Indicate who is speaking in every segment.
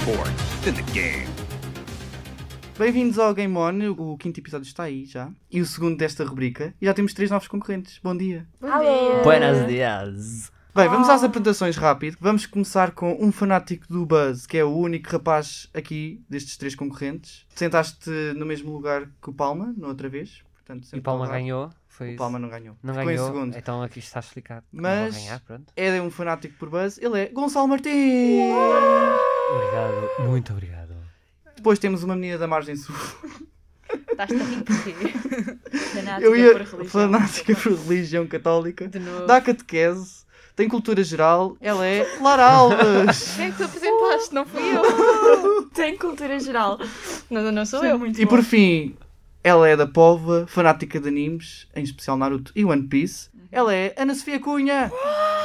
Speaker 1: to the game.
Speaker 2: Bem-vindos ao Game On, o quinto episódio está aí já. E o segundo desta rubrica. E já temos três novos concorrentes. Bom dia.
Speaker 3: Alô.
Speaker 2: Ah.
Speaker 4: Buenos dias.
Speaker 2: Bem, vamos
Speaker 4: Ah.
Speaker 2: às apresentações rápido. Vamos começar com um fanático do Buzz, que é o único rapaz aqui destes três concorrentes. Sentaste no mesmo lugar que o Palma, na outra vez. Portanto,
Speaker 4: E
Speaker 2: sempre
Speaker 4: o Palma
Speaker 2: ao lado.
Speaker 4: ganhou. Foi
Speaker 2: O
Speaker 4: isso.
Speaker 2: Palma não ganhou.
Speaker 4: Não
Speaker 2: Ficou
Speaker 4: ganhou.
Speaker 2: em segundo.
Speaker 4: Então aqui está explicado. que Não
Speaker 2: Mas-
Speaker 4: vou ganhar, pronto.
Speaker 2: É um fanático por Buzz. Ele é Gonçalo Martins.
Speaker 4: Obrigado. Muito obrigado.
Speaker 2: Depois temos uma menina da margem sul.
Speaker 3: Estás-te a rir porquê? Fanática
Speaker 2: Eu ia
Speaker 3: por religião.
Speaker 2: fanática por religião católica.
Speaker 3: De novo.
Speaker 2: Dá catequese. Tem cultura geral. Ela é Lara Alves.
Speaker 3: Quem é que tu apresentaste? Não fui eu.
Speaker 5: Tem cultura geral.
Speaker 3: Não, não sou
Speaker 5: Isso é
Speaker 3: eu.
Speaker 5: muito
Speaker 2: E
Speaker 5: bom.
Speaker 2: por fim, ela é da Póvoa, fanática de animes, em especial Naruto e One Piece. Ela é Ana Sofia Cunha!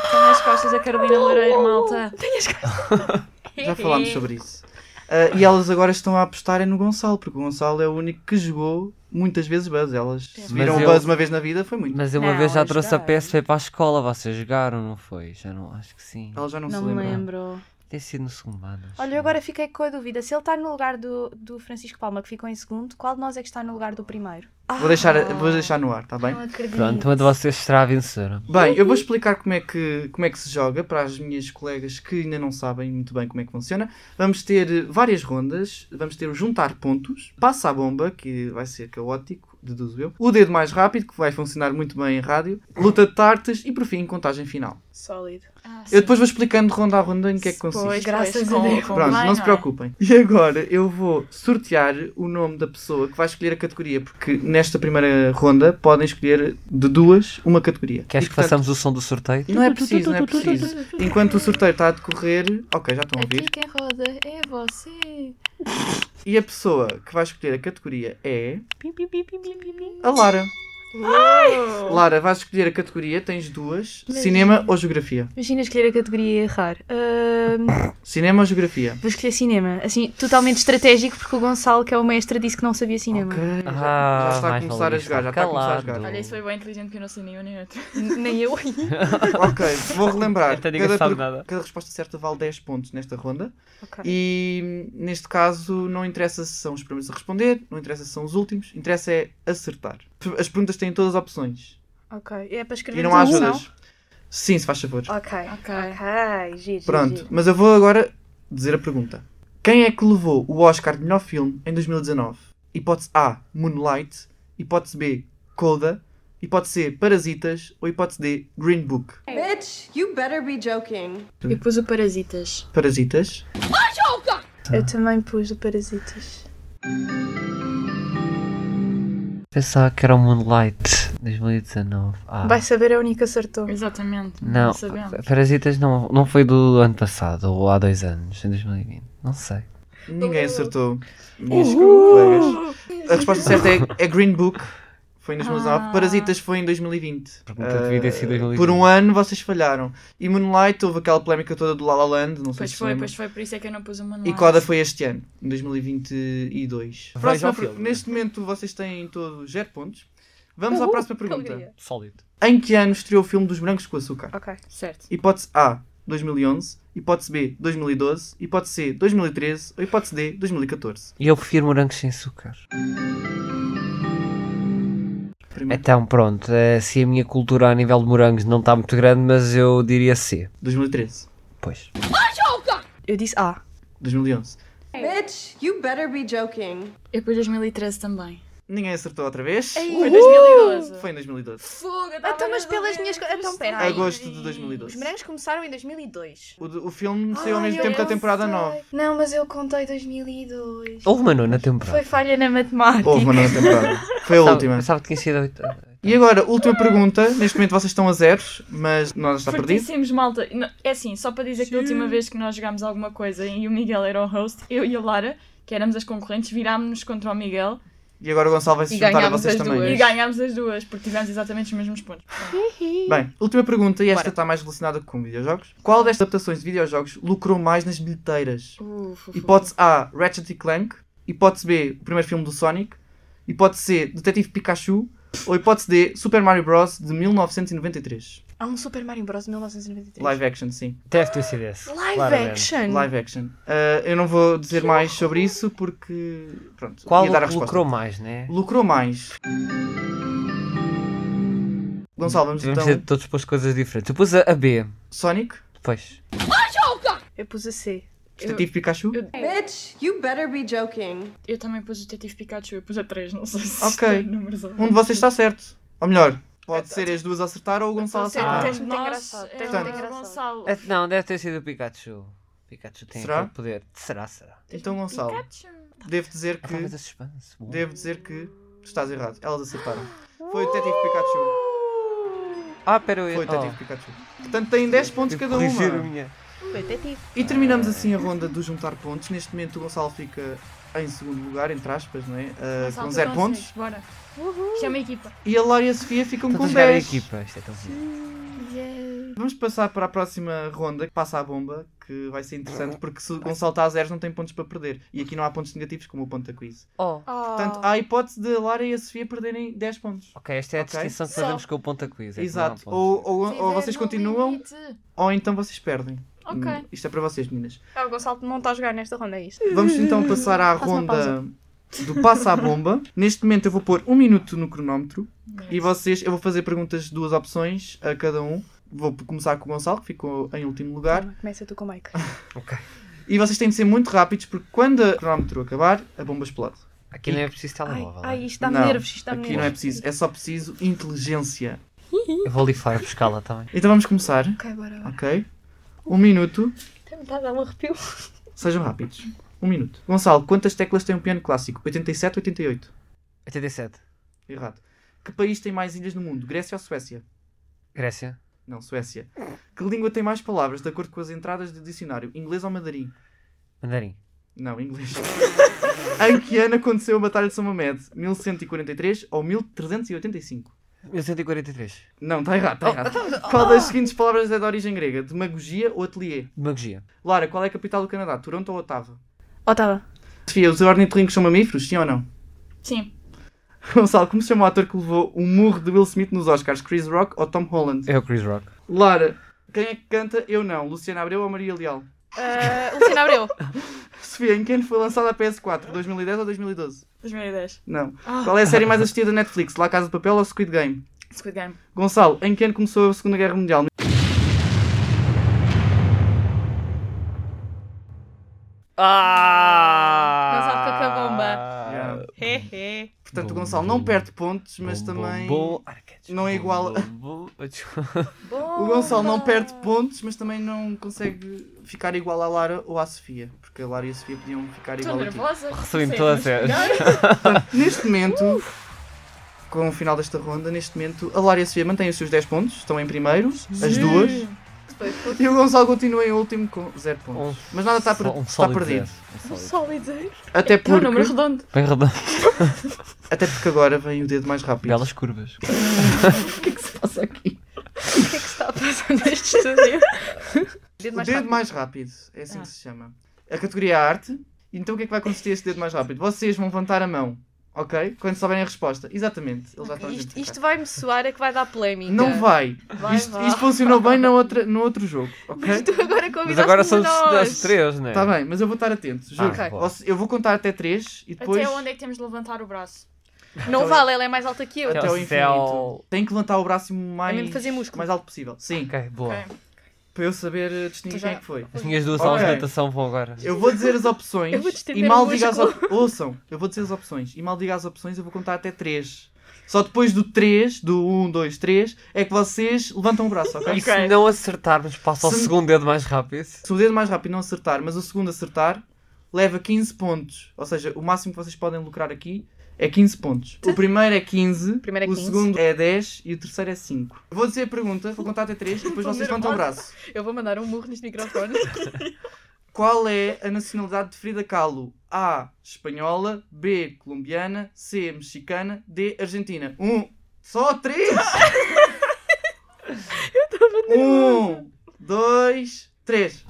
Speaker 5: Tem nas costas a Carolina Loureiro, malta. Uhum.
Speaker 2: Já falámos sobre isso. Ah, e elas agora estão a apostar é no Gonçalo, porque o Gonçalo é o único que jogou muitas vezes Buzz. Elas se viram
Speaker 4: Mas eu-
Speaker 2: Buzz uma vez na vida, foi muito.
Speaker 4: Mas eu uma
Speaker 5: Não,
Speaker 2: é
Speaker 4: vez já
Speaker 5: eles
Speaker 4: trouxe a
Speaker 5: jogaram.
Speaker 4: PSP para a escola. Vocês jogaram, não foi? Já não, acho que sim.
Speaker 2: Ela já não,
Speaker 3: Não
Speaker 2: se
Speaker 3: me
Speaker 2: lembra.
Speaker 3: lembro.
Speaker 4: Tem sido no segundo ano. acho.
Speaker 6: Olha, eu agora fiquei com a dúvida. Se ele está no lugar do, do Francisco Palma, que ficou em segundo, qual de nós é que está no lugar do primeiro?
Speaker 2: Vou, deixar, vou deixar no ar, está bem?
Speaker 3: Ah, Não acredito.
Speaker 4: Pronto, uma de vocês será a vencer.
Speaker 2: Bem, eu vou explicar como é, que, como é que se joga para as minhas colegas que ainda não sabem muito bem como é que funciona. Vamos ter eh, várias rondas, vamos ter o juntar pontos, passa a bomba, que vai ser caótico, deduzo eu, o dedo mais rápido, que vai funcionar muito bem em rádio, luta de tartas e por fim contagem final.
Speaker 5: Sólido.
Speaker 3: Ah, sim.
Speaker 2: Eu depois vou explicando ronda a ronda em que é que consiste.
Speaker 5: Pois, graças a
Speaker 3: pois, com-
Speaker 5: Deus.
Speaker 2: Pronto,
Speaker 5: Vai,
Speaker 2: não se
Speaker 5: é?
Speaker 2: preocupem. E agora eu vou sortear o nome da pessoa que vai escolher a categoria, porque nesta primeira ronda podem escolher de duas uma categoria.
Speaker 4: Queres
Speaker 2: E,
Speaker 4: que
Speaker 2: portanto,
Speaker 4: façamos o som do sorteio?
Speaker 2: não é preciso, não é preciso. Enquanto o sorteio está a decorrer. Ok, já estão a
Speaker 3: Aqui
Speaker 2: ouvir.
Speaker 3: quem roda é você.
Speaker 2: E a pessoa que vai escolher a categoria é. A Lara. Lara, vais escolher a categoria, tens duas: cinema ou geografia?
Speaker 5: Imagina escolher a categoria e errar. Ahm,
Speaker 2: Cinema ou geografia?
Speaker 5: vou escolher cinema. Assim, totalmente estratégico, porque o Gonçalo, que é o mestre, disse que não sabia cinema.
Speaker 2: Ok, já,
Speaker 4: Ah,
Speaker 2: já está a
Speaker 4: mais
Speaker 2: começar a
Speaker 4: valia
Speaker 2: jogar, já está
Speaker 4: estar
Speaker 2: a começar a jogar.
Speaker 4: calado.
Speaker 3: Olha, isso foi bem inteligente que eu não sei nenhum nem outro.
Speaker 5: N- Nem eu.
Speaker 2: Ok, vou relembrar.
Speaker 4: Até ninguém sabe
Speaker 2: per-
Speaker 4: nada.
Speaker 2: cada resposta certa vale 10 pontos nesta ronda.
Speaker 5: Ok.
Speaker 2: E neste caso não interessa se são os primeiros a responder, não interessa se são os últimos, interessa é acertar. As perguntas têm todas as opções
Speaker 5: Ok. É para escrever
Speaker 2: e um, não há
Speaker 5: tudo,
Speaker 2: ajudas. Sim, se faz favor.
Speaker 6: Ok.
Speaker 3: Ok.
Speaker 6: Ok, giro.
Speaker 2: Pronto, mas eu vou agora dizer a pergunta. Quem é que levou o Oscar de melhor filme em 2019? Hipótese A, Moonlight. Hipótese B, Coda. Hipótese C, Parasitas. Ou hipótese D, Green Book.
Speaker 7: Bitch, you better be joking.
Speaker 5: não? Eu pus o Parasitas.
Speaker 2: Parasitas. Tá.
Speaker 5: Eu também pus o Parasitas.
Speaker 4: Pensava que era o Moonlight 2019. Ah,
Speaker 5: Vai saber, é a única acertou.
Speaker 3: Exatamente.
Speaker 4: não,
Speaker 3: sabemos.
Speaker 4: Parasitas não, não foi do ano passado ou há dois anos, em 2020. Não sei.
Speaker 2: Ninguém acertou. Minhas colegas. A resposta certa é, é Green Book. Foi em 2019.
Speaker 3: Ah.
Speaker 2: Parasitas foi em 2020.
Speaker 4: Pergunta devia ter sido
Speaker 2: Ah,
Speaker 4: 2020.
Speaker 2: Por um ano vocês falharam. E Moonlight houve aquela polémica toda do La La Land, não sei
Speaker 3: Pois
Speaker 2: se
Speaker 3: foi,
Speaker 2: lembram.
Speaker 3: pois foi, por isso é que eu não pus o manual.
Speaker 2: E Coda foi este ano, em 2022.
Speaker 4: Veja
Speaker 2: Próxima
Speaker 4: o filme.
Speaker 2: per- Neste momento vocês têm todos 0 pontos. Vamos à próxima pergunta.
Speaker 4: Sólido.
Speaker 2: Em que ano estreou o filme dos Brancos com Açúcar?
Speaker 5: Ok.
Speaker 3: Certo.
Speaker 2: Hipótese A, 2011. Hipótese B, 2012. Hipótese C, 2013. Ou hipótese D, 2014.
Speaker 4: E eu prefiro morangos sem açúcar.
Speaker 2: Primeiro,
Speaker 4: Então, pronto. eh, se a minha cultura a nível de morangos não está muito grande, mas eu diria C.
Speaker 2: 2013.
Speaker 4: Pois.
Speaker 5: Eu disse A.
Speaker 2: 2011.
Speaker 7: Bitch, you better be joking.
Speaker 3: Eu pus 2013 também.
Speaker 2: Ninguém acertou outra vez.
Speaker 3: Foi 2012.
Speaker 2: Foi em 2012.
Speaker 3: Fogo, eu tava
Speaker 6: Então, mas
Speaker 3: na
Speaker 6: pelas
Speaker 3: dúvida.
Speaker 6: minhas. co- Então, pera aí.
Speaker 2: Agosto de
Speaker 6: Os
Speaker 2: 2012.
Speaker 6: morangos começaram em 2002.
Speaker 2: O, o filme saiu ao mesmo tempo da temporada 9.
Speaker 6: Não, mas eu contei 2002.
Speaker 4: Houve uma nona temporada.
Speaker 6: Foi falha na matemática.
Speaker 2: Houve uma nova temporada. Foi a última.
Speaker 4: Sabe que tinha sido a oitava.
Speaker 2: E agora, última pergunta. Neste momento vocês estão a zeros, mas nós está perdido.
Speaker 3: Fortíssimos, malta. Não, É assim, só para dizer que da última vez que nós jogámos alguma coisa e o Miguel era o host, eu e a Lara, que éramos as concorrentes, virámos-nos contra o Miguel
Speaker 2: E agora o Gonçalo vai se
Speaker 3: e
Speaker 2: juntar a
Speaker 3: ganhámos
Speaker 2: vocês
Speaker 3: as
Speaker 2: também.
Speaker 3: duas. E ganhámos as duas, porque tivemos exatamente os mesmos pontos.
Speaker 2: Bem, última pergunta, e esta está mais relacionada com videojogos. Qual destas adaptações de videojogos lucrou mais nas bilheteiras? Hipótese A, Ratchet e Clank. Hipótese B, o primeiro filme do Sonic. Hipótese C, Detetive Pikachu. Ou hipótese D, Super Mario Bros. de 1993.
Speaker 6: Há um Super Mario Bros. de 1993.
Speaker 2: Live action, sim.
Speaker 4: Deve ter sido esse.
Speaker 6: Live
Speaker 4: claramente.
Speaker 5: Hum.
Speaker 6: action!
Speaker 2: Live action. Ah, eu não vou dizer mais sobre isso porque. Pronto,
Speaker 4: Qual
Speaker 2: ia dar a resposta.
Speaker 4: lucrou mais, né?
Speaker 2: Lucrou mais. Gonçalo, vamos
Speaker 4: Devemos
Speaker 2: então.
Speaker 4: ter todos pôs coisas diferentes. Eu pus a, a B.
Speaker 2: Sonic,
Speaker 4: Pois.
Speaker 6: Eu pus a C.
Speaker 2: Detetive Pikachu.
Speaker 3: eu-
Speaker 7: Bitch, you better be joking.
Speaker 3: Eu também pus o Detetive Pikachu, eu pus a 3, não sei se
Speaker 2: Ok.
Speaker 3: tem números ou
Speaker 2: Um de vocês está certo. Ou melhor, pode ser as duas a acertar ou o Gonçalo a
Speaker 6: Pode ser,
Speaker 2: acertar.
Speaker 6: tens muito
Speaker 3: Nós,
Speaker 6: engraçado, tens
Speaker 3: eh,
Speaker 2: muito
Speaker 6: engraçado.
Speaker 3: Gonçalo.
Speaker 4: É, Não, deve ter sido o Pikachu. Pikachu tem
Speaker 2: Será?
Speaker 4: aquele poder. Será, será?
Speaker 2: Então, Gonçalo,
Speaker 3: Pikachu.
Speaker 2: devo dizer que.
Speaker 4: Talvez a suspense. Bom.
Speaker 2: Devo dizer que tu estás errado. Elas acertaram. Foi o Detetive Pikachu.
Speaker 4: Ah, pera, eu
Speaker 2: Foi o Detetive
Speaker 4: oh.
Speaker 2: Pikachu. Portanto, têm 10 pontos
Speaker 4: Tive que
Speaker 2: cada
Speaker 4: corrigir a
Speaker 2: uma.
Speaker 4: minha.
Speaker 6: Foi detetive.
Speaker 2: E terminamos assim a ronda do juntar pontos. Neste momento, o Gonçalo fica em segundo lugar, entre aspas, não é? Ah,
Speaker 3: Gonçalo,
Speaker 2: com
Speaker 3: tu
Speaker 2: 0
Speaker 3: consegues,
Speaker 2: pontos.
Speaker 3: Bora. Chama a é equipa.
Speaker 2: E a Laura e a Sofia ficam
Speaker 4: Estamos a
Speaker 2: com
Speaker 4: jogar em
Speaker 2: 10.
Speaker 4: equipa. Isto é tão bonito.
Speaker 2: Vamos passar para a próxima ronda, que passa a bomba, que vai ser interessante, porque se o Gonçalo está a zeros, não tem pontos para perder. E aqui não há pontos negativos, como o ponto da quiz.
Speaker 4: Oh.
Speaker 2: Portanto, há a hipótese de a Lara e a Sofia perderem 10 pontos.
Speaker 4: Ok, esta é a
Speaker 2: Ok.
Speaker 4: distinção que fazemos com o ponta quiz. é que não há
Speaker 2: Exato.
Speaker 4: pontos.
Speaker 2: Ou, ou, ou
Speaker 3: Viver
Speaker 2: vocês
Speaker 3: no
Speaker 2: continuam,
Speaker 3: limite.
Speaker 2: ou então vocês perdem.
Speaker 3: Ok.
Speaker 2: Hum, Isto é para vocês, meninas.
Speaker 6: Ah, o Gonçalo não está a jogar nesta ronda, é isto?
Speaker 2: Vamos então passar à
Speaker 6: Faz uma
Speaker 2: ronda do passa à bomba. Neste momento eu vou pôr um minuto no cronómetro e vocês, eu vou fazer perguntas, duas opções a cada um. Vou começar com o Gonçalo, que ficou em último lugar.
Speaker 6: Toma, Começa tu com o Mike.
Speaker 2: Ah, E vocês têm de ser muito rápidos, porque quando o cronómetro acabar, a bomba explode.
Speaker 4: Aqui não é preciso
Speaker 6: Ai,
Speaker 4: telemóvel.
Speaker 6: ai,
Speaker 4: né?
Speaker 6: isto dá-me
Speaker 2: Não,
Speaker 6: nervos,
Speaker 3: Tá
Speaker 6: isto dá-me
Speaker 2: Aqui
Speaker 6: nervos.
Speaker 2: não é preciso, é só preciso inteligência.
Speaker 4: Eu vou ali fora buscá-la tá também.
Speaker 2: Então vamos começar,
Speaker 6: Ok, bora, bora.
Speaker 2: ok? Um minuto,
Speaker 6: Até me está a dar um arrepio.
Speaker 2: sejam rápidos. Um minuto. Gonçalo, quantas teclas tem um piano clássico? 87 88?
Speaker 4: 87.
Speaker 2: Errado. Que país tem mais ilhas no mundo? Grécia ou Suécia?
Speaker 4: Grécia.
Speaker 2: Não, Suécia. Que língua tem mais palavras, de acordo com as entradas do dicionário? Inglês ou mandarim?
Speaker 4: Mandarim.
Speaker 2: Não, inglês. em que ano aconteceu a Batalha de São Mamed? 1143 ou 1385?
Speaker 4: 1143.
Speaker 2: Não, está errado, está errado. Qual das seguintes palavras é de origem grega? Demagogia ou ateliê?
Speaker 4: Demagogia.
Speaker 2: Lara, qual é a capital do Canadá? Toronto ou Ottawa?
Speaker 6: Otava.
Speaker 2: Sofia, os ornitorrincos são mamíferos, sim ou não?
Speaker 3: Sim.
Speaker 2: Gonçalo, como se chama o ator que levou o murro de Will Smith nos Oscars? Chris Rock ou Tom Holland?
Speaker 4: É o Chris Rock.
Speaker 2: Lara, quem é que canta Eu Não? Luciana Abreu ou Maria Leal?
Speaker 6: Ah, Luciana Abreu.
Speaker 2: Sofia, em que ano foi lançada a PS4? 2010 ou 2012?
Speaker 3: 2010.
Speaker 2: Não.
Speaker 3: Ah.
Speaker 2: Qual é a série mais assistida da Netflix? La Casa de Papel ou Squid Game?
Speaker 3: Squid Game.
Speaker 2: Gonçalo, em que ano começou a Segunda Guerra Mundial?
Speaker 4: Ah!
Speaker 5: Gonçalo com a bomba.
Speaker 2: Yeah.
Speaker 5: Hehe.
Speaker 2: Portanto, o
Speaker 4: Bom,
Speaker 2: Gonçalo
Speaker 4: bom,
Speaker 2: não perde pontos, mas
Speaker 4: Bom, bom,
Speaker 2: também.
Speaker 4: bom. Ai, que desculpa.
Speaker 2: não é igual a-
Speaker 4: Bom, bom. Desculpa.
Speaker 2: O Gonçalo não perde pontos, mas também não consegue ficar igual à Lara ou à Sofia. Porque a Lara e a Sofia podiam ficar
Speaker 3: Estou
Speaker 2: igual a ti.
Speaker 3: nervosa.
Speaker 4: Recebi-me
Speaker 3: Sei,
Speaker 4: toda a
Speaker 3: mas-
Speaker 4: sério.
Speaker 2: Neste momento, com o final desta ronda, neste momento, a Lara e a Sofia mantêm os seus 10 pontos, estão em primeiro, as duas. E o Gonçalo continua em último com 0 pontos.
Speaker 4: Um-
Speaker 2: Mas nada está, per-
Speaker 4: um
Speaker 2: está
Speaker 4: sólido
Speaker 2: perdido.
Speaker 4: zero. Um sólido.
Speaker 6: Sólido.
Speaker 2: Até
Speaker 3: É um número
Speaker 2: porque,
Speaker 3: redondo.
Speaker 4: Bem redondo.
Speaker 2: até porque agora vem o dedo mais rápido.
Speaker 4: Belas curvas.
Speaker 6: O que é que se está a passar neste estúdio? Dedo
Speaker 2: O
Speaker 6: mais
Speaker 2: dedo
Speaker 6: rápido.
Speaker 2: mais rápido, é assim
Speaker 3: Ah.
Speaker 2: que se chama. A categoria é arte. Então o que é que vai consistir este dedo mais rápido? Vocês vão levantar a mão, ok? Quando souberem a resposta. Exatamente. Ele já está a
Speaker 6: Isto,
Speaker 2: identificar.
Speaker 6: isto vai-me soar a que vai dar polémica.
Speaker 2: Não vai.
Speaker 6: Vai,
Speaker 2: isto,
Speaker 6: vá.
Speaker 2: isto funcionou bem na outra, no outro jogo,
Speaker 6: Mas
Speaker 2: ok?
Speaker 6: tu agora
Speaker 4: Mas
Speaker 6: convidaste
Speaker 4: agora somos
Speaker 6: nós.
Speaker 4: as três, né?
Speaker 2: Está Tá bem, mas eu vou estar atento, juro.
Speaker 4: Ah, boa.
Speaker 2: Você- Eu vou contar até 3 e depois
Speaker 3: Até onde é que temos de levantar o braço?
Speaker 6: Não vale, ela é mais alta que eu.
Speaker 2: até
Speaker 4: Até
Speaker 2: o
Speaker 4: o
Speaker 2: infinito.
Speaker 4: céu.
Speaker 2: Tem que levantar o braço o mais,
Speaker 6: É mesmo fazer músculo.
Speaker 2: mais alto possível. Sim,
Speaker 4: Ok, boa.
Speaker 3: Ok.
Speaker 2: para eu saber eh, distinguir
Speaker 6: Tu já-
Speaker 2: quem é que foi.
Speaker 4: As minhas duas aulas
Speaker 2: Ok.
Speaker 4: de natação vão agora.
Speaker 2: Eu vou dizer as opções
Speaker 6: Eu vou
Speaker 2: e
Speaker 6: distender
Speaker 2: mal
Speaker 6: o
Speaker 2: diga as opções. Ouçam, eu vou dizer as opções e mal diga as opções, eu vou contar até 3. Só depois do 3, do 1, 2, 3, é que vocês levantam o braço, ok?
Speaker 4: E se não acertarmos, passa ao
Speaker 2: Se-
Speaker 4: segundo dedo mais rápido.
Speaker 2: Se o dedo mais rápido não acertar, mas o segundo acertar, leva 15 pontos. Ou seja, o máximo que vocês podem lucrar aqui é 15 pontos. O primeiro é 15, o,
Speaker 6: primeiro é 15.
Speaker 2: segundo é 10 e o terceiro é 5. Vou dizer a pergunta, vou contar até 3 e depois
Speaker 6: Tô
Speaker 2: vocês levantam o
Speaker 6: nervosa.
Speaker 2: braço.
Speaker 6: Eu vou mandar um murro neste microfone.
Speaker 2: Qual é a nacionalidade de Frida Kahlo? A. Espanhola. B. Colombiana. C. Mexicana. D. Argentina. Um. Só três! um, dois, três.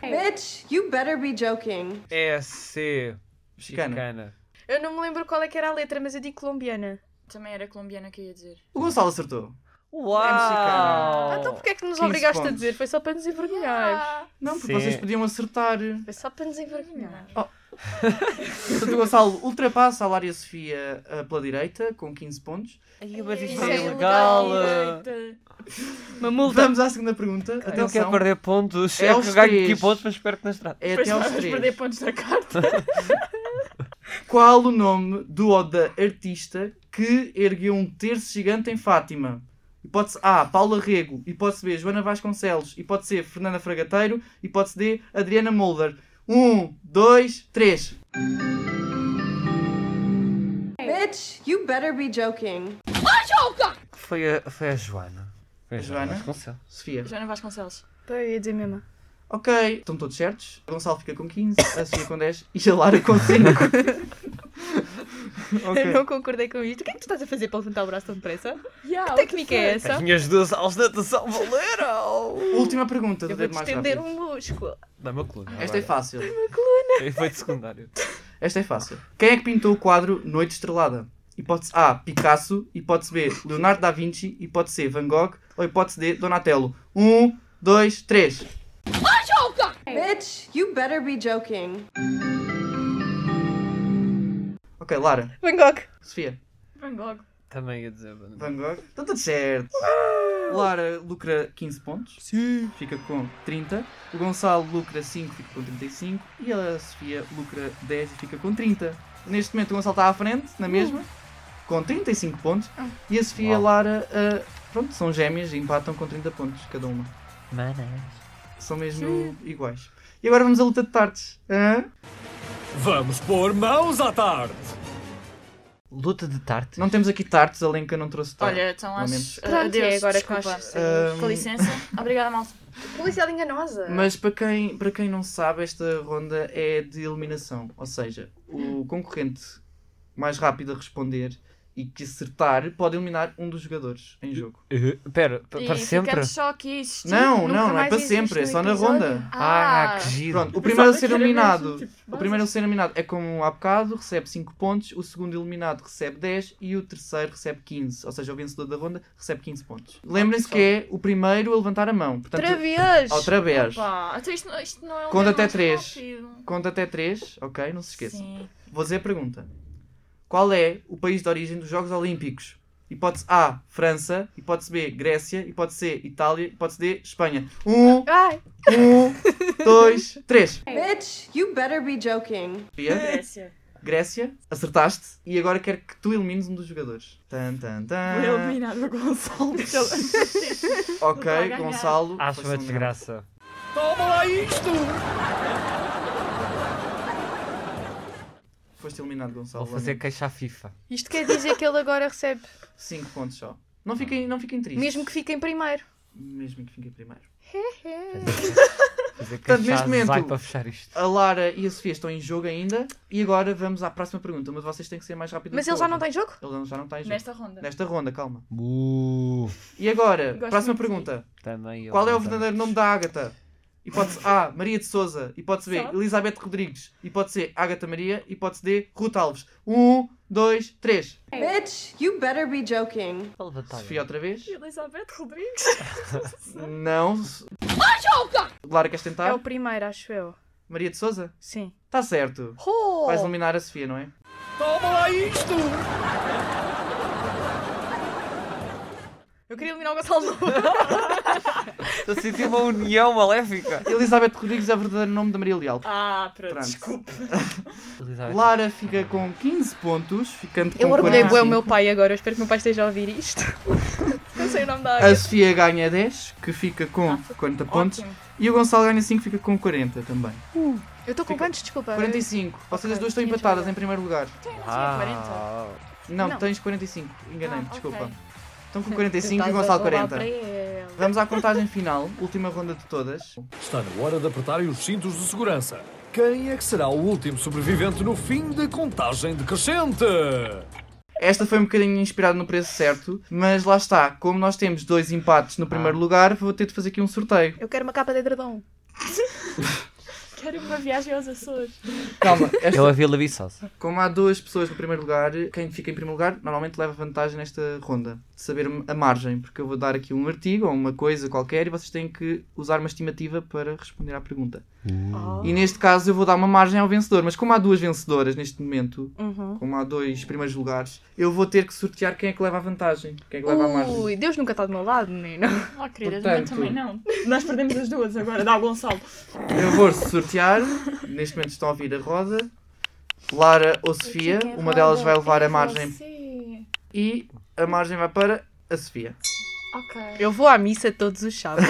Speaker 7: Bitch, you better be joking.
Speaker 4: É C.
Speaker 2: Mexicana.
Speaker 5: Eu não me lembro qual é que era a letra, mas eu digo colombiana.
Speaker 3: Também era colombiana que eu ia dizer.
Speaker 2: O Gonçalo acertou.
Speaker 4: Uau!
Speaker 5: Ah, então porquê é que nos
Speaker 2: 15
Speaker 5: obrigaste a
Speaker 2: Oh, pontos.
Speaker 5: dizer? Foi só para nos envergonhar.
Speaker 2: Não, porque
Speaker 4: Sim.
Speaker 2: vocês podiam acertar.
Speaker 5: Foi só para nos envergonhar.
Speaker 2: Portanto, o Gonçalo ultrapassa a Lária Sofia ah, pela direita com 15 pontos.
Speaker 4: Ai, mas isto
Speaker 5: Isso
Speaker 4: é
Speaker 5: é
Speaker 4: ilegal!
Speaker 5: ilegal.
Speaker 4: eh,
Speaker 6: é
Speaker 4: Uma multa!
Speaker 2: Vamos à segunda pergunta.
Speaker 4: Não quero
Speaker 2: Atenção.
Speaker 4: perder pontos.
Speaker 2: É
Speaker 4: É,
Speaker 2: aos
Speaker 4: que eu ganho
Speaker 2: três.
Speaker 4: aqui pontos, mas espero que não estrada.
Speaker 2: É
Speaker 3: Depois
Speaker 2: até aos
Speaker 3: vais perder
Speaker 2: três.
Speaker 3: pontos na carta.
Speaker 2: Qual o nome do ou da artista que ergueu um terço gigante em Fátima? Hipótese A, Paula Rego. Hipótese B, Joana Vasconcelos. Hipótese C, Fernanda Fragateiro. Hipótese D, Adriana Mulder. Um, dois, três.
Speaker 7: Bitch, you better be joking.
Speaker 4: Foi a, foi a Joana. Foi
Speaker 2: A Joana?
Speaker 4: Vasconcelos.
Speaker 2: Sofia.
Speaker 3: Joana Vasconcelos.
Speaker 6: Então,
Speaker 5: Pô, eu ia dizer mesmo.
Speaker 2: Ok, estão todos certos. O Gonçalo fica com 15, a Sofia com 10 e a Lara com 5.
Speaker 5: Eu
Speaker 2: ok.
Speaker 5: não concordei com isto. O que é que tu estás a fazer para levantar o braço tão depressa?
Speaker 3: Yeah,
Speaker 5: Que técnica é essa?
Speaker 4: As minhas duas aulas de natação valeram!
Speaker 2: Última pergunta do
Speaker 5: Eu vou um.
Speaker 2: dedo mais
Speaker 5: distender
Speaker 2: rápido.
Speaker 5: um músculo.
Speaker 4: Dá uma coluna.
Speaker 2: Esta é fácil.
Speaker 4: fácil. Foi de secundário.
Speaker 2: Esta é fácil. Quem é que pintou o quadro Noite Estrelada? Hipótese A, Picasso. Hipótese B, Leonardo da Vinci. Hipótese C, Van Gogh. Ou hipótese D, Donatello. Um, dois, três.
Speaker 7: Bitch, you better be joking.
Speaker 2: Ok, Lara.
Speaker 5: Van Gogh.
Speaker 2: Sofia.
Speaker 3: Van Gogh.
Speaker 4: Também ia dizer. mano.
Speaker 2: Van Gogh. Estão Tá tudo certo. Lara lucra 15 pontos. Sim. Fica com 30. O Gonçalo lucra 5, fica com 35. E a Sofia lucra 10 e fica com 30. Neste momento o Gonçalo está à frente, na mesma, com 35 pontos. E a Sofia e a
Speaker 4: Uau.
Speaker 2: Lara, ah, pronto, são gêmeas e empatam com 30 pontos cada uma.
Speaker 4: Manas.
Speaker 2: São mesmo iguais. E agora vamos à luta de tartes. Hã?
Speaker 1: Vamos pôr mãos à tarde.
Speaker 4: Luta de tartes.
Speaker 2: Não temos aqui tartes, a Lenca não trouxe tartes.
Speaker 3: Olha, então acho.
Speaker 5: Pronto,
Speaker 3: adeus,
Speaker 5: é agora que eu
Speaker 3: desculpa.
Speaker 5: acho.
Speaker 2: Ahm,
Speaker 3: Com licença. Obrigada, malta.
Speaker 5: Publicidade enganosa.
Speaker 2: Mas para quem, para quem não sabe, esta ronda é de eliminação. Ou seja, o concorrente mais rápido a responder e que acertar pode eliminar um dos jogadores em jogo.
Speaker 4: Eh, Pera, pa-
Speaker 3: E
Speaker 4: para sempre?
Speaker 3: ficamos só aqui. isto.
Speaker 2: não,
Speaker 5: nunca
Speaker 2: não, não é
Speaker 5: mais
Speaker 2: para
Speaker 5: existe
Speaker 2: sempre, é
Speaker 5: no
Speaker 2: só na
Speaker 5: episódio.
Speaker 2: ronda.
Speaker 4: Ah,
Speaker 3: Ah,
Speaker 4: que giro.
Speaker 2: Pronto, o primeiro a ser
Speaker 3: que era mesmo,
Speaker 2: eliminado.
Speaker 3: tipo,
Speaker 2: O primeiro a ser eliminado é como há bocado, recebe 5 pontos, o segundo eliminado recebe 10 e o terceiro recebe 15. Ou seja, o vencedor da ronda recebe 15 pontos. Lembrem-se que é o primeiro a levantar a mão. Portanto,
Speaker 5: Ah, Outra vez.
Speaker 2: outra vez.
Speaker 3: Pá, então isto, não- isto não é um
Speaker 2: Conta
Speaker 3: dedo
Speaker 2: até
Speaker 3: mais
Speaker 2: três.
Speaker 3: rápido.
Speaker 2: Conta até 3, ok? Não se esqueçam.
Speaker 3: Sim.
Speaker 2: Vou dizer a pergunta. Qual é o país de origem dos Jogos Olímpicos? Hipótese A, França. Hipótese B, Grécia. Hipótese C, Itália. Hipótese D, Espanha. Um,
Speaker 5: Ai,
Speaker 2: um, dois, três.
Speaker 7: Bitch, you better be joking.
Speaker 2: Sofia,
Speaker 5: É.
Speaker 3: Grécia.
Speaker 2: Grécia, acertaste. E agora quero que tu elimines um dos jogadores. Tan, tan,
Speaker 3: Vou
Speaker 2: tan.
Speaker 3: eliminar o Gonçalo.
Speaker 2: Ok,
Speaker 3: Vou ganhar.
Speaker 2: Gonçalo.
Speaker 4: Acho
Speaker 2: foi
Speaker 4: Ah, uma
Speaker 2: segundo.
Speaker 4: desgraça.
Speaker 1: Toma lá isto!
Speaker 2: Foste eliminado, Gonçalo.
Speaker 4: Vou fazer queixa à FIFA.
Speaker 5: isto quer dizer que ele agora recebe.
Speaker 2: 5 pontos só. Não fiquem, não fiquem tristes.
Speaker 5: Mesmo que fique em primeiro.
Speaker 2: Mesmo que fiquem primeiro.
Speaker 4: Fazer
Speaker 2: Portanto,
Speaker 4: queixa à
Speaker 2: neste momento-
Speaker 4: Zai para fechar isto.
Speaker 2: A Lara e a Sofia estão em jogo ainda. E agora vamos à próxima pergunta. Mas vocês têm que ser mais rápidos.
Speaker 5: Mas
Speaker 2: que a
Speaker 5: ele já não
Speaker 2: outra.
Speaker 5: tem jogo?
Speaker 2: Ele já não está em jogo. Nesta,
Speaker 3: Nesta ronda.
Speaker 2: ronda, calma.
Speaker 4: Uh,
Speaker 2: E agora,
Speaker 3: Gosto
Speaker 2: próxima
Speaker 3: muito de
Speaker 2: pergunta.
Speaker 4: também eu
Speaker 2: Qual é o
Speaker 4: também.
Speaker 2: verdadeiro nome da Ágata? Hipótese A, Maria de Souza. Hipótese B,
Speaker 3: Só?
Speaker 2: Elizabeth Rodrigues. Hipótese C, Ágata Maria. Hipótese D, Ruth Alves. Um, dois, três.
Speaker 7: Bitch, you better be joking.
Speaker 4: Qual batalha?
Speaker 2: Sofia outra vez?
Speaker 3: Elizabeth Rodrigues.
Speaker 2: Não. Lara, queres tentar?
Speaker 5: É o primeiro, acho eu.
Speaker 2: Maria de Souza?
Speaker 5: Sim.
Speaker 2: Está certo.
Speaker 5: Oh!
Speaker 2: Vais eliminar a Sofia, não é?
Speaker 1: Toma lá isto!
Speaker 5: Eu queria eliminar o Gonçalo de novo.
Speaker 4: Estou a sentir uma união maléfica.
Speaker 2: Elizabeth Rodrigues é o verdadeiro nome da Maria Leal.
Speaker 3: Ah, pronto.
Speaker 2: Pronto.
Speaker 3: Desculpa.
Speaker 2: Lara fica com 15 pontos, ficando com
Speaker 5: Eu orgulhei bué É
Speaker 2: 45.
Speaker 5: o meu pai agora. Eu espero que o meu pai esteja a ouvir isto. Não sei o nome da
Speaker 2: A
Speaker 5: área.
Speaker 2: Sofia ganha 10, que fica com 40 pontos.
Speaker 3: Ótimo.
Speaker 2: E o Gonçalo ganha 5, fica com 40 também.
Speaker 5: Eu estou com quantos? Desculpa.
Speaker 2: 45. Vocês as duas estão
Speaker 5: tinha
Speaker 2: empatadas
Speaker 5: jogado.
Speaker 2: em primeiro lugar.
Speaker 3: é
Speaker 4: Ah,
Speaker 2: Não,
Speaker 5: Não.
Speaker 2: tens 45. Enganei-me,
Speaker 3: Ah,
Speaker 2: desculpa.
Speaker 3: ok.
Speaker 2: Estão com 45 e o Gonçalo 40. Vamos à contagem final, última ronda de todas.
Speaker 1: Está na hora de apertarem os cintos de segurança. Quem é que será o último sobrevivente no fim da contagem decrescente?
Speaker 2: Esta foi um bocadinho inspirada no preço certo, mas lá está. Como nós temos dois empates no primeiro lugar, vou ter de fazer aqui um sorteio.
Speaker 5: Eu quero uma capa de edredom.
Speaker 3: Quero uma viagem aos Açores.
Speaker 2: Calma, esta-
Speaker 4: Eu a é Vila Viçosa.
Speaker 2: como há duas pessoas no primeiro lugar, quem fica em primeiro lugar normalmente leva vantagem nesta ronda. De saber a margem, porque eu vou dar aqui um artigo ou uma coisa qualquer e vocês têm que usar uma estimativa para responder à pergunta. E neste caso eu vou dar uma margem ao vencedor, mas como há duas vencedoras neste momento,
Speaker 3: Uhum.
Speaker 2: como há dois primeiros lugares, eu vou ter que sortear quem é que leva a vantagem, quem é que leva a margem.
Speaker 5: Ui, Deus nunca está do meu lado, menino.
Speaker 3: Oh, queridas,
Speaker 2: Portanto-
Speaker 3: mas também não. Nós perdemos as duas agora, dá o Gonçalo.
Speaker 2: Eu vou sortear. Neste momento estão a ouvir a roda. Lara ou Sofia. Uma delas vai levar é a margem. E a margem vai para a Sofia.
Speaker 3: Ok.
Speaker 5: Eu vou à missa todos os sábados.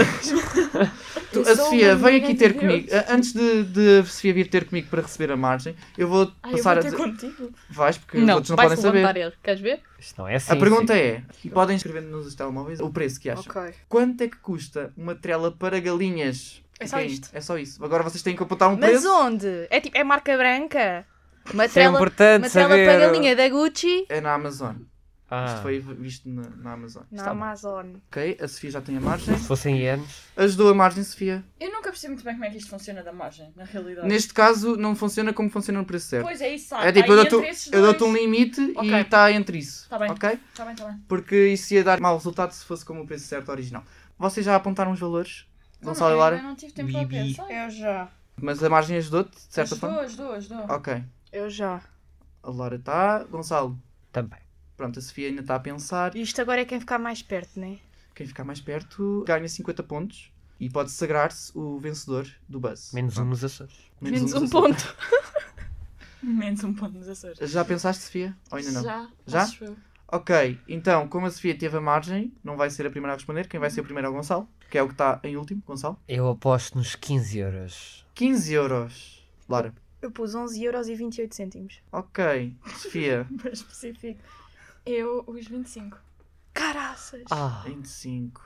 Speaker 2: Tu-
Speaker 3: Eu
Speaker 2: a
Speaker 3: sou
Speaker 2: Sofia,
Speaker 3: uma
Speaker 2: vem aqui
Speaker 3: menina
Speaker 2: ter
Speaker 3: de
Speaker 2: comigo. A- Antes de, de a Sofia vir ter comigo para receber a margem, eu vou
Speaker 3: Ai,
Speaker 2: passar
Speaker 3: eu
Speaker 2: a
Speaker 3: vou ter
Speaker 2: dizer.
Speaker 3: contigo.
Speaker 2: Vais, porque os
Speaker 5: não,
Speaker 2: outros não
Speaker 5: vai
Speaker 2: podem
Speaker 5: se
Speaker 2: saber.
Speaker 5: levantar ele. Queres ver?
Speaker 4: Isto não é assim.
Speaker 2: a pergunta
Speaker 4: sim.
Speaker 2: é: e podem escrever nos telemóveis o preço que acham.
Speaker 5: Ok.
Speaker 2: Quanto é que custa uma trela para galinhas?
Speaker 5: É só
Speaker 2: Quem?
Speaker 5: isto.
Speaker 2: É só isso. Agora vocês têm que apontar um
Speaker 5: Mas
Speaker 2: preço.
Speaker 5: onde? É tipo, é marca branca? Uma
Speaker 4: Isso é
Speaker 5: trela,
Speaker 4: importante
Speaker 5: uma trela
Speaker 4: saber.
Speaker 5: para galinha da Gucci?
Speaker 2: É na Amazon.
Speaker 4: Ah,
Speaker 2: Isto foi visto na, na Amazon.
Speaker 5: Na
Speaker 4: Está bem.
Speaker 5: Amazon.
Speaker 2: Ok, a Sofia já tem a margem.
Speaker 4: Se fossem ienes.
Speaker 2: Ajudou a margem, Sofia.
Speaker 3: Eu nunca percebi muito bem como é que isto funciona da margem, na realidade.
Speaker 2: Neste caso, não funciona como funciona no preço certo.
Speaker 3: Pois é, isso sabe.
Speaker 2: É tipo,
Speaker 3: Aí
Speaker 2: eu
Speaker 3: entre esses
Speaker 2: dou-te eu
Speaker 3: dois-
Speaker 2: dou-te um limite e
Speaker 3: Ok.
Speaker 2: está entre isso.
Speaker 3: Tá bem.
Speaker 2: Ok?
Speaker 3: Tá bem, tá bem.
Speaker 2: Porque isso ia dar mau resultado se fosse como o preço certo original. Vocês já apontaram os valores, Gonçalo e
Speaker 3: Como é? Eu
Speaker 2: Lara,
Speaker 3: não tive tempo para
Speaker 4: Bibi.
Speaker 3: pensar.
Speaker 5: Eu já.
Speaker 2: mas a margem ajudou-te, de certa
Speaker 3: Ajudou,
Speaker 2: forma?
Speaker 3: ajudou, ajudou.
Speaker 2: Ok.
Speaker 5: Eu já.
Speaker 2: A Lara está, Gonçalo.
Speaker 4: Também.
Speaker 2: Pronto, a Sofia ainda está a pensar.
Speaker 5: Isto agora é quem ficar mais perto, não é?
Speaker 2: Quem ficar mais perto ganha 50 pontos e pode sagrar-se o vencedor do buzz.
Speaker 4: Menos um nos Açores.
Speaker 5: Menos
Speaker 2: nos
Speaker 5: um
Speaker 2: Açores.
Speaker 5: ponto.
Speaker 3: Menos um ponto nos Açores.
Speaker 2: Já pensaste, Sofia? Ou ainda não?
Speaker 3: Já?
Speaker 2: Já?
Speaker 3: acho eu.
Speaker 2: Ok, então, como a Sofia teve a margem, não vai ser a primeira a responder. Quem vai ser o primeiro é o Gonçalo, que é o que está em último, Gonçalo.
Speaker 4: Eu aposto nos 15 euros.
Speaker 2: 15 euros. Lara.
Speaker 5: Eu pus 11 euros e 28 cêntimos.
Speaker 2: Ok, Sofia,
Speaker 3: Para específico. Eu, os 25.
Speaker 5: Caraças!
Speaker 4: Ah,
Speaker 2: 25.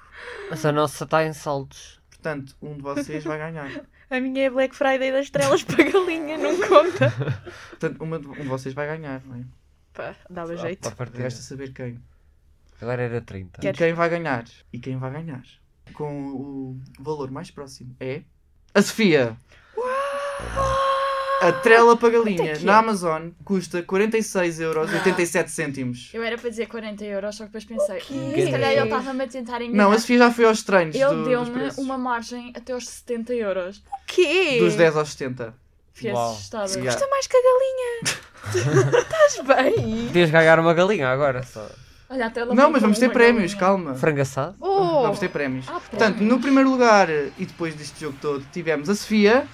Speaker 4: mas a nossa está em saldos.
Speaker 2: Portanto, um de vocês vai ganhar.
Speaker 5: A minha é Black Friday das estrelas para galinha, não conta.
Speaker 2: Portanto, uma de- um de vocês vai ganhar, não é?
Speaker 5: Pá, dava
Speaker 4: Ah,
Speaker 5: jeito.
Speaker 4: pá, partida.
Speaker 2: Resta saber quem.
Speaker 4: Agora era 30.
Speaker 2: E quem vai ganhar. E quem vai ganhar. Com o valor mais próximo é. A Sofia! A trela para galinha na Amazon custa 46,87 euros.
Speaker 3: Eu era para dizer 40 euros, só que depois pensei. "Hum,
Speaker 4: quê?
Speaker 3: Se calhar ele estava-me a tentar enganar.
Speaker 2: É. Não, a Sofia já foi aos treinos
Speaker 3: Ele
Speaker 2: do, dos
Speaker 3: deu-me
Speaker 2: preços.
Speaker 3: uma margem até aos 70 euros.
Speaker 5: Quê?
Speaker 2: Dos 10 aos 70.
Speaker 3: Fiquei
Speaker 4: Uau.
Speaker 3: assustada.
Speaker 2: Yeah.
Speaker 5: Custa mais que a galinha. Estás bem?
Speaker 4: Podias ganhar uma galinha agora só.
Speaker 3: Olha, até ela
Speaker 2: Não,
Speaker 3: brincou
Speaker 2: mas vamos ter
Speaker 3: com a
Speaker 2: prémios,
Speaker 3: galinha.
Speaker 2: calma.
Speaker 4: Frango assado?
Speaker 5: Oh.
Speaker 2: Vamos ter prémios.
Speaker 3: é? Ah,
Speaker 2: Portanto, no primeiro lugar e depois deste jogo todo, tivemos a Sofia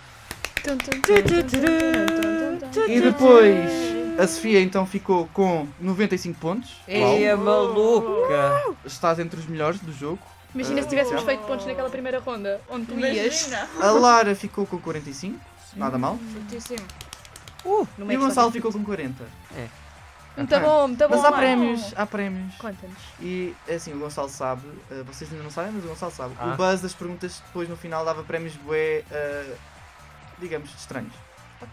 Speaker 5: Tum, tum, tum, tum, tum, tum, tum.
Speaker 2: e depois a Sofia então ficou com 95 pontos.
Speaker 4: Ei, a maluca!
Speaker 2: Estás entre os melhores do jogo.
Speaker 5: Imagina se tivéssemos feito pontos naquela primeira ronda, onde tu ias.
Speaker 2: A Lara ficou com 45, nada mal.
Speaker 3: Certíssimo.
Speaker 5: Numa
Speaker 4: é
Speaker 2: E o Gonçalo ficou com 40.
Speaker 5: Muito Então Tá bom, muito bom.
Speaker 2: Mas há
Speaker 5: Marco.
Speaker 2: prémios, há prémios.
Speaker 5: Conta-nos.
Speaker 2: E assim, o Gonçalo sabe, eh, vocês ainda não sabem, mas o Gonçalo sabe.
Speaker 4: Ah.
Speaker 2: O buzz das perguntas depois no final dava prémios bué, eh, digamos, estranhos.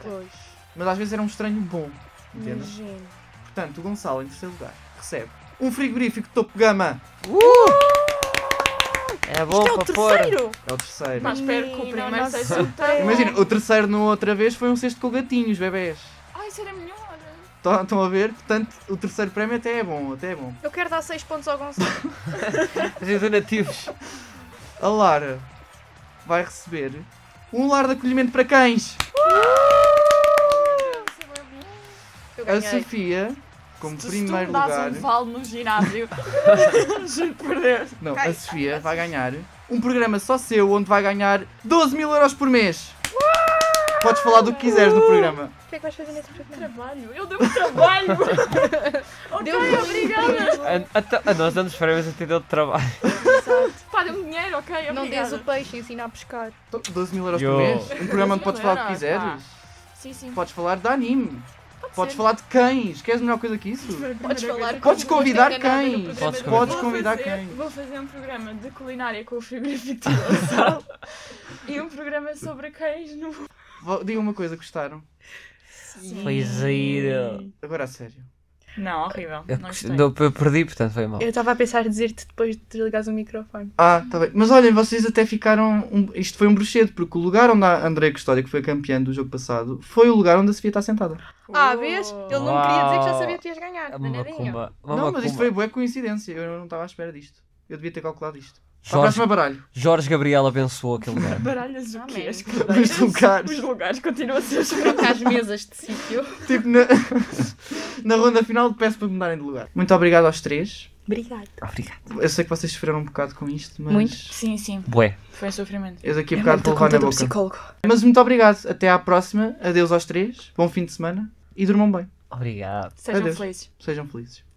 Speaker 5: Pois.
Speaker 2: Mas às vezes era um estranho bom, entende?
Speaker 3: Hum.
Speaker 5: Imagina.
Speaker 2: Portanto, o Gonçalo, em terceiro lugar, recebe um frigorífico topo de gama.
Speaker 4: É bom
Speaker 5: Isto é o
Speaker 4: para pôr.
Speaker 5: terceiro!
Speaker 2: É o terceiro.
Speaker 3: Mas espero que o
Speaker 5: Menino,
Speaker 3: primeiro
Speaker 5: nossa
Speaker 3: seja um
Speaker 5: senhora.
Speaker 2: Imagina, o terceiro no outra vez foi um cesto com gatinhos, bebés.
Speaker 3: Ai, isso era melhor.
Speaker 2: Estão estão a ver? Portanto, o terceiro prémio até é bom, até é bom.
Speaker 5: Eu quero dar 6 pontos ao Gonçalo.
Speaker 4: Fazer donativos.
Speaker 2: A Lara vai receber um lar de acolhimento para cães.
Speaker 5: Eu
Speaker 2: A
Speaker 5: ganhei.
Speaker 2: Sofia, como
Speaker 3: Se
Speaker 2: primeiro
Speaker 3: tu me dás
Speaker 2: lugar.
Speaker 3: um vale no ginásio, juro por Deus.
Speaker 2: Não, a Sofia vai ganhar um programa só seu onde vai ganhar 12 mil euros por mês. Podes falar do que quiseres no programa.
Speaker 5: O que é que vais fazer nesse programa?
Speaker 3: Trabalho, eu dei um trabalho. ok,
Speaker 5: um
Speaker 3: obrigada.
Speaker 4: A, a, a nós damos prémios a ter deu de trabalho.
Speaker 3: Pá, deu-me dinheiro, ok, obrigada.
Speaker 5: Não dês o peixe, ensina a pescar.
Speaker 2: Então, 12 mil euros
Speaker 4: Yo.
Speaker 2: por mês? Um programa onde podes falar o que
Speaker 3: 12 mil euros,
Speaker 2: quiseres?
Speaker 3: Sim, sim.
Speaker 2: Podes falar de anime. Podes
Speaker 3: ser.
Speaker 2: falar de cães. Queres melhor coisa que isso?
Speaker 5: Podes falar
Speaker 2: Podes
Speaker 5: com-
Speaker 2: convidar
Speaker 5: não tem nada no
Speaker 2: quem?
Speaker 5: programa
Speaker 4: Podes
Speaker 5: do-
Speaker 4: convidar.
Speaker 2: Podes convidar
Speaker 3: fazer,
Speaker 2: quem?
Speaker 3: Vou fazer um programa de culinária com o frigorífico de Gonçalo e um programa sobre cães no...
Speaker 2: Vou- Diga uma coisa, gostaram?
Speaker 4: Foi giro.
Speaker 2: Agora a sério.
Speaker 3: Não, horrível.
Speaker 4: Eu,
Speaker 3: Não
Speaker 4: cust-
Speaker 3: gostei.
Speaker 4: não, eu perdi, portanto foi
Speaker 2: É,
Speaker 4: mal.
Speaker 5: Eu estava a pensar em dizer-te depois de desligares o microfone.
Speaker 2: Ah, tá bem. Mas olhem, vocês até ficaram. um- Isto foi um bruxedo, porque o lugar onde a André Custódio, que foi campeã do jogo passado, foi o lugar onde a Sofia está sentada.
Speaker 5: Ah, vês? Ele não queria dizer que já sabia que tu ias ganhar.
Speaker 4: Uma
Speaker 5: Maneirinha.
Speaker 4: macumba. Uma
Speaker 2: não, mas isto
Speaker 4: macumba.
Speaker 2: foi boa coincidência. Eu não estava à espera disto. Eu devia ter calculado isto. Para o
Speaker 4: Jorge,
Speaker 2: próximo baralho.
Speaker 4: Jorge Gabriel abençoou aquele lugar.
Speaker 3: Baralhas o quê?
Speaker 8: man.
Speaker 3: As cadeiras?
Speaker 2: Os lugares.
Speaker 3: Os lugares continuam a ser os
Speaker 8: Trocar as mesas de sítio.
Speaker 2: Tipo, na, na ronda final peço para mudarem de lugar. Muito obrigado aos três.
Speaker 8: Obrigada.
Speaker 4: Obrigado.
Speaker 2: Eu sei que vocês sofreram um bocado com isto, mas.
Speaker 8: Muito.
Speaker 3: Sim, sim.
Speaker 4: Bué.
Speaker 3: Foi um sofrimento.
Speaker 2: Eu daqui a
Speaker 5: É
Speaker 2: bocado
Speaker 5: muita
Speaker 2: vou levar na
Speaker 5: conta do
Speaker 2: boca. É,
Speaker 5: psicólogo.
Speaker 2: Mas muito obrigado. Até à próxima. Adeus aos três. Bom fim de semana. E durmam bem.
Speaker 4: Obrigado.
Speaker 3: Sejam
Speaker 2: Adeus.
Speaker 3: felizes.
Speaker 2: Sejam felizes.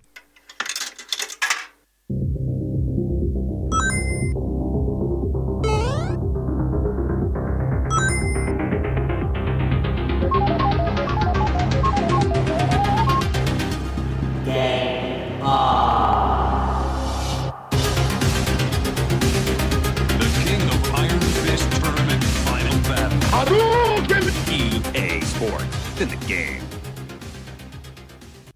Speaker 1: The King of Iron Fist Tournament Final Battle. EA Sports. In the game.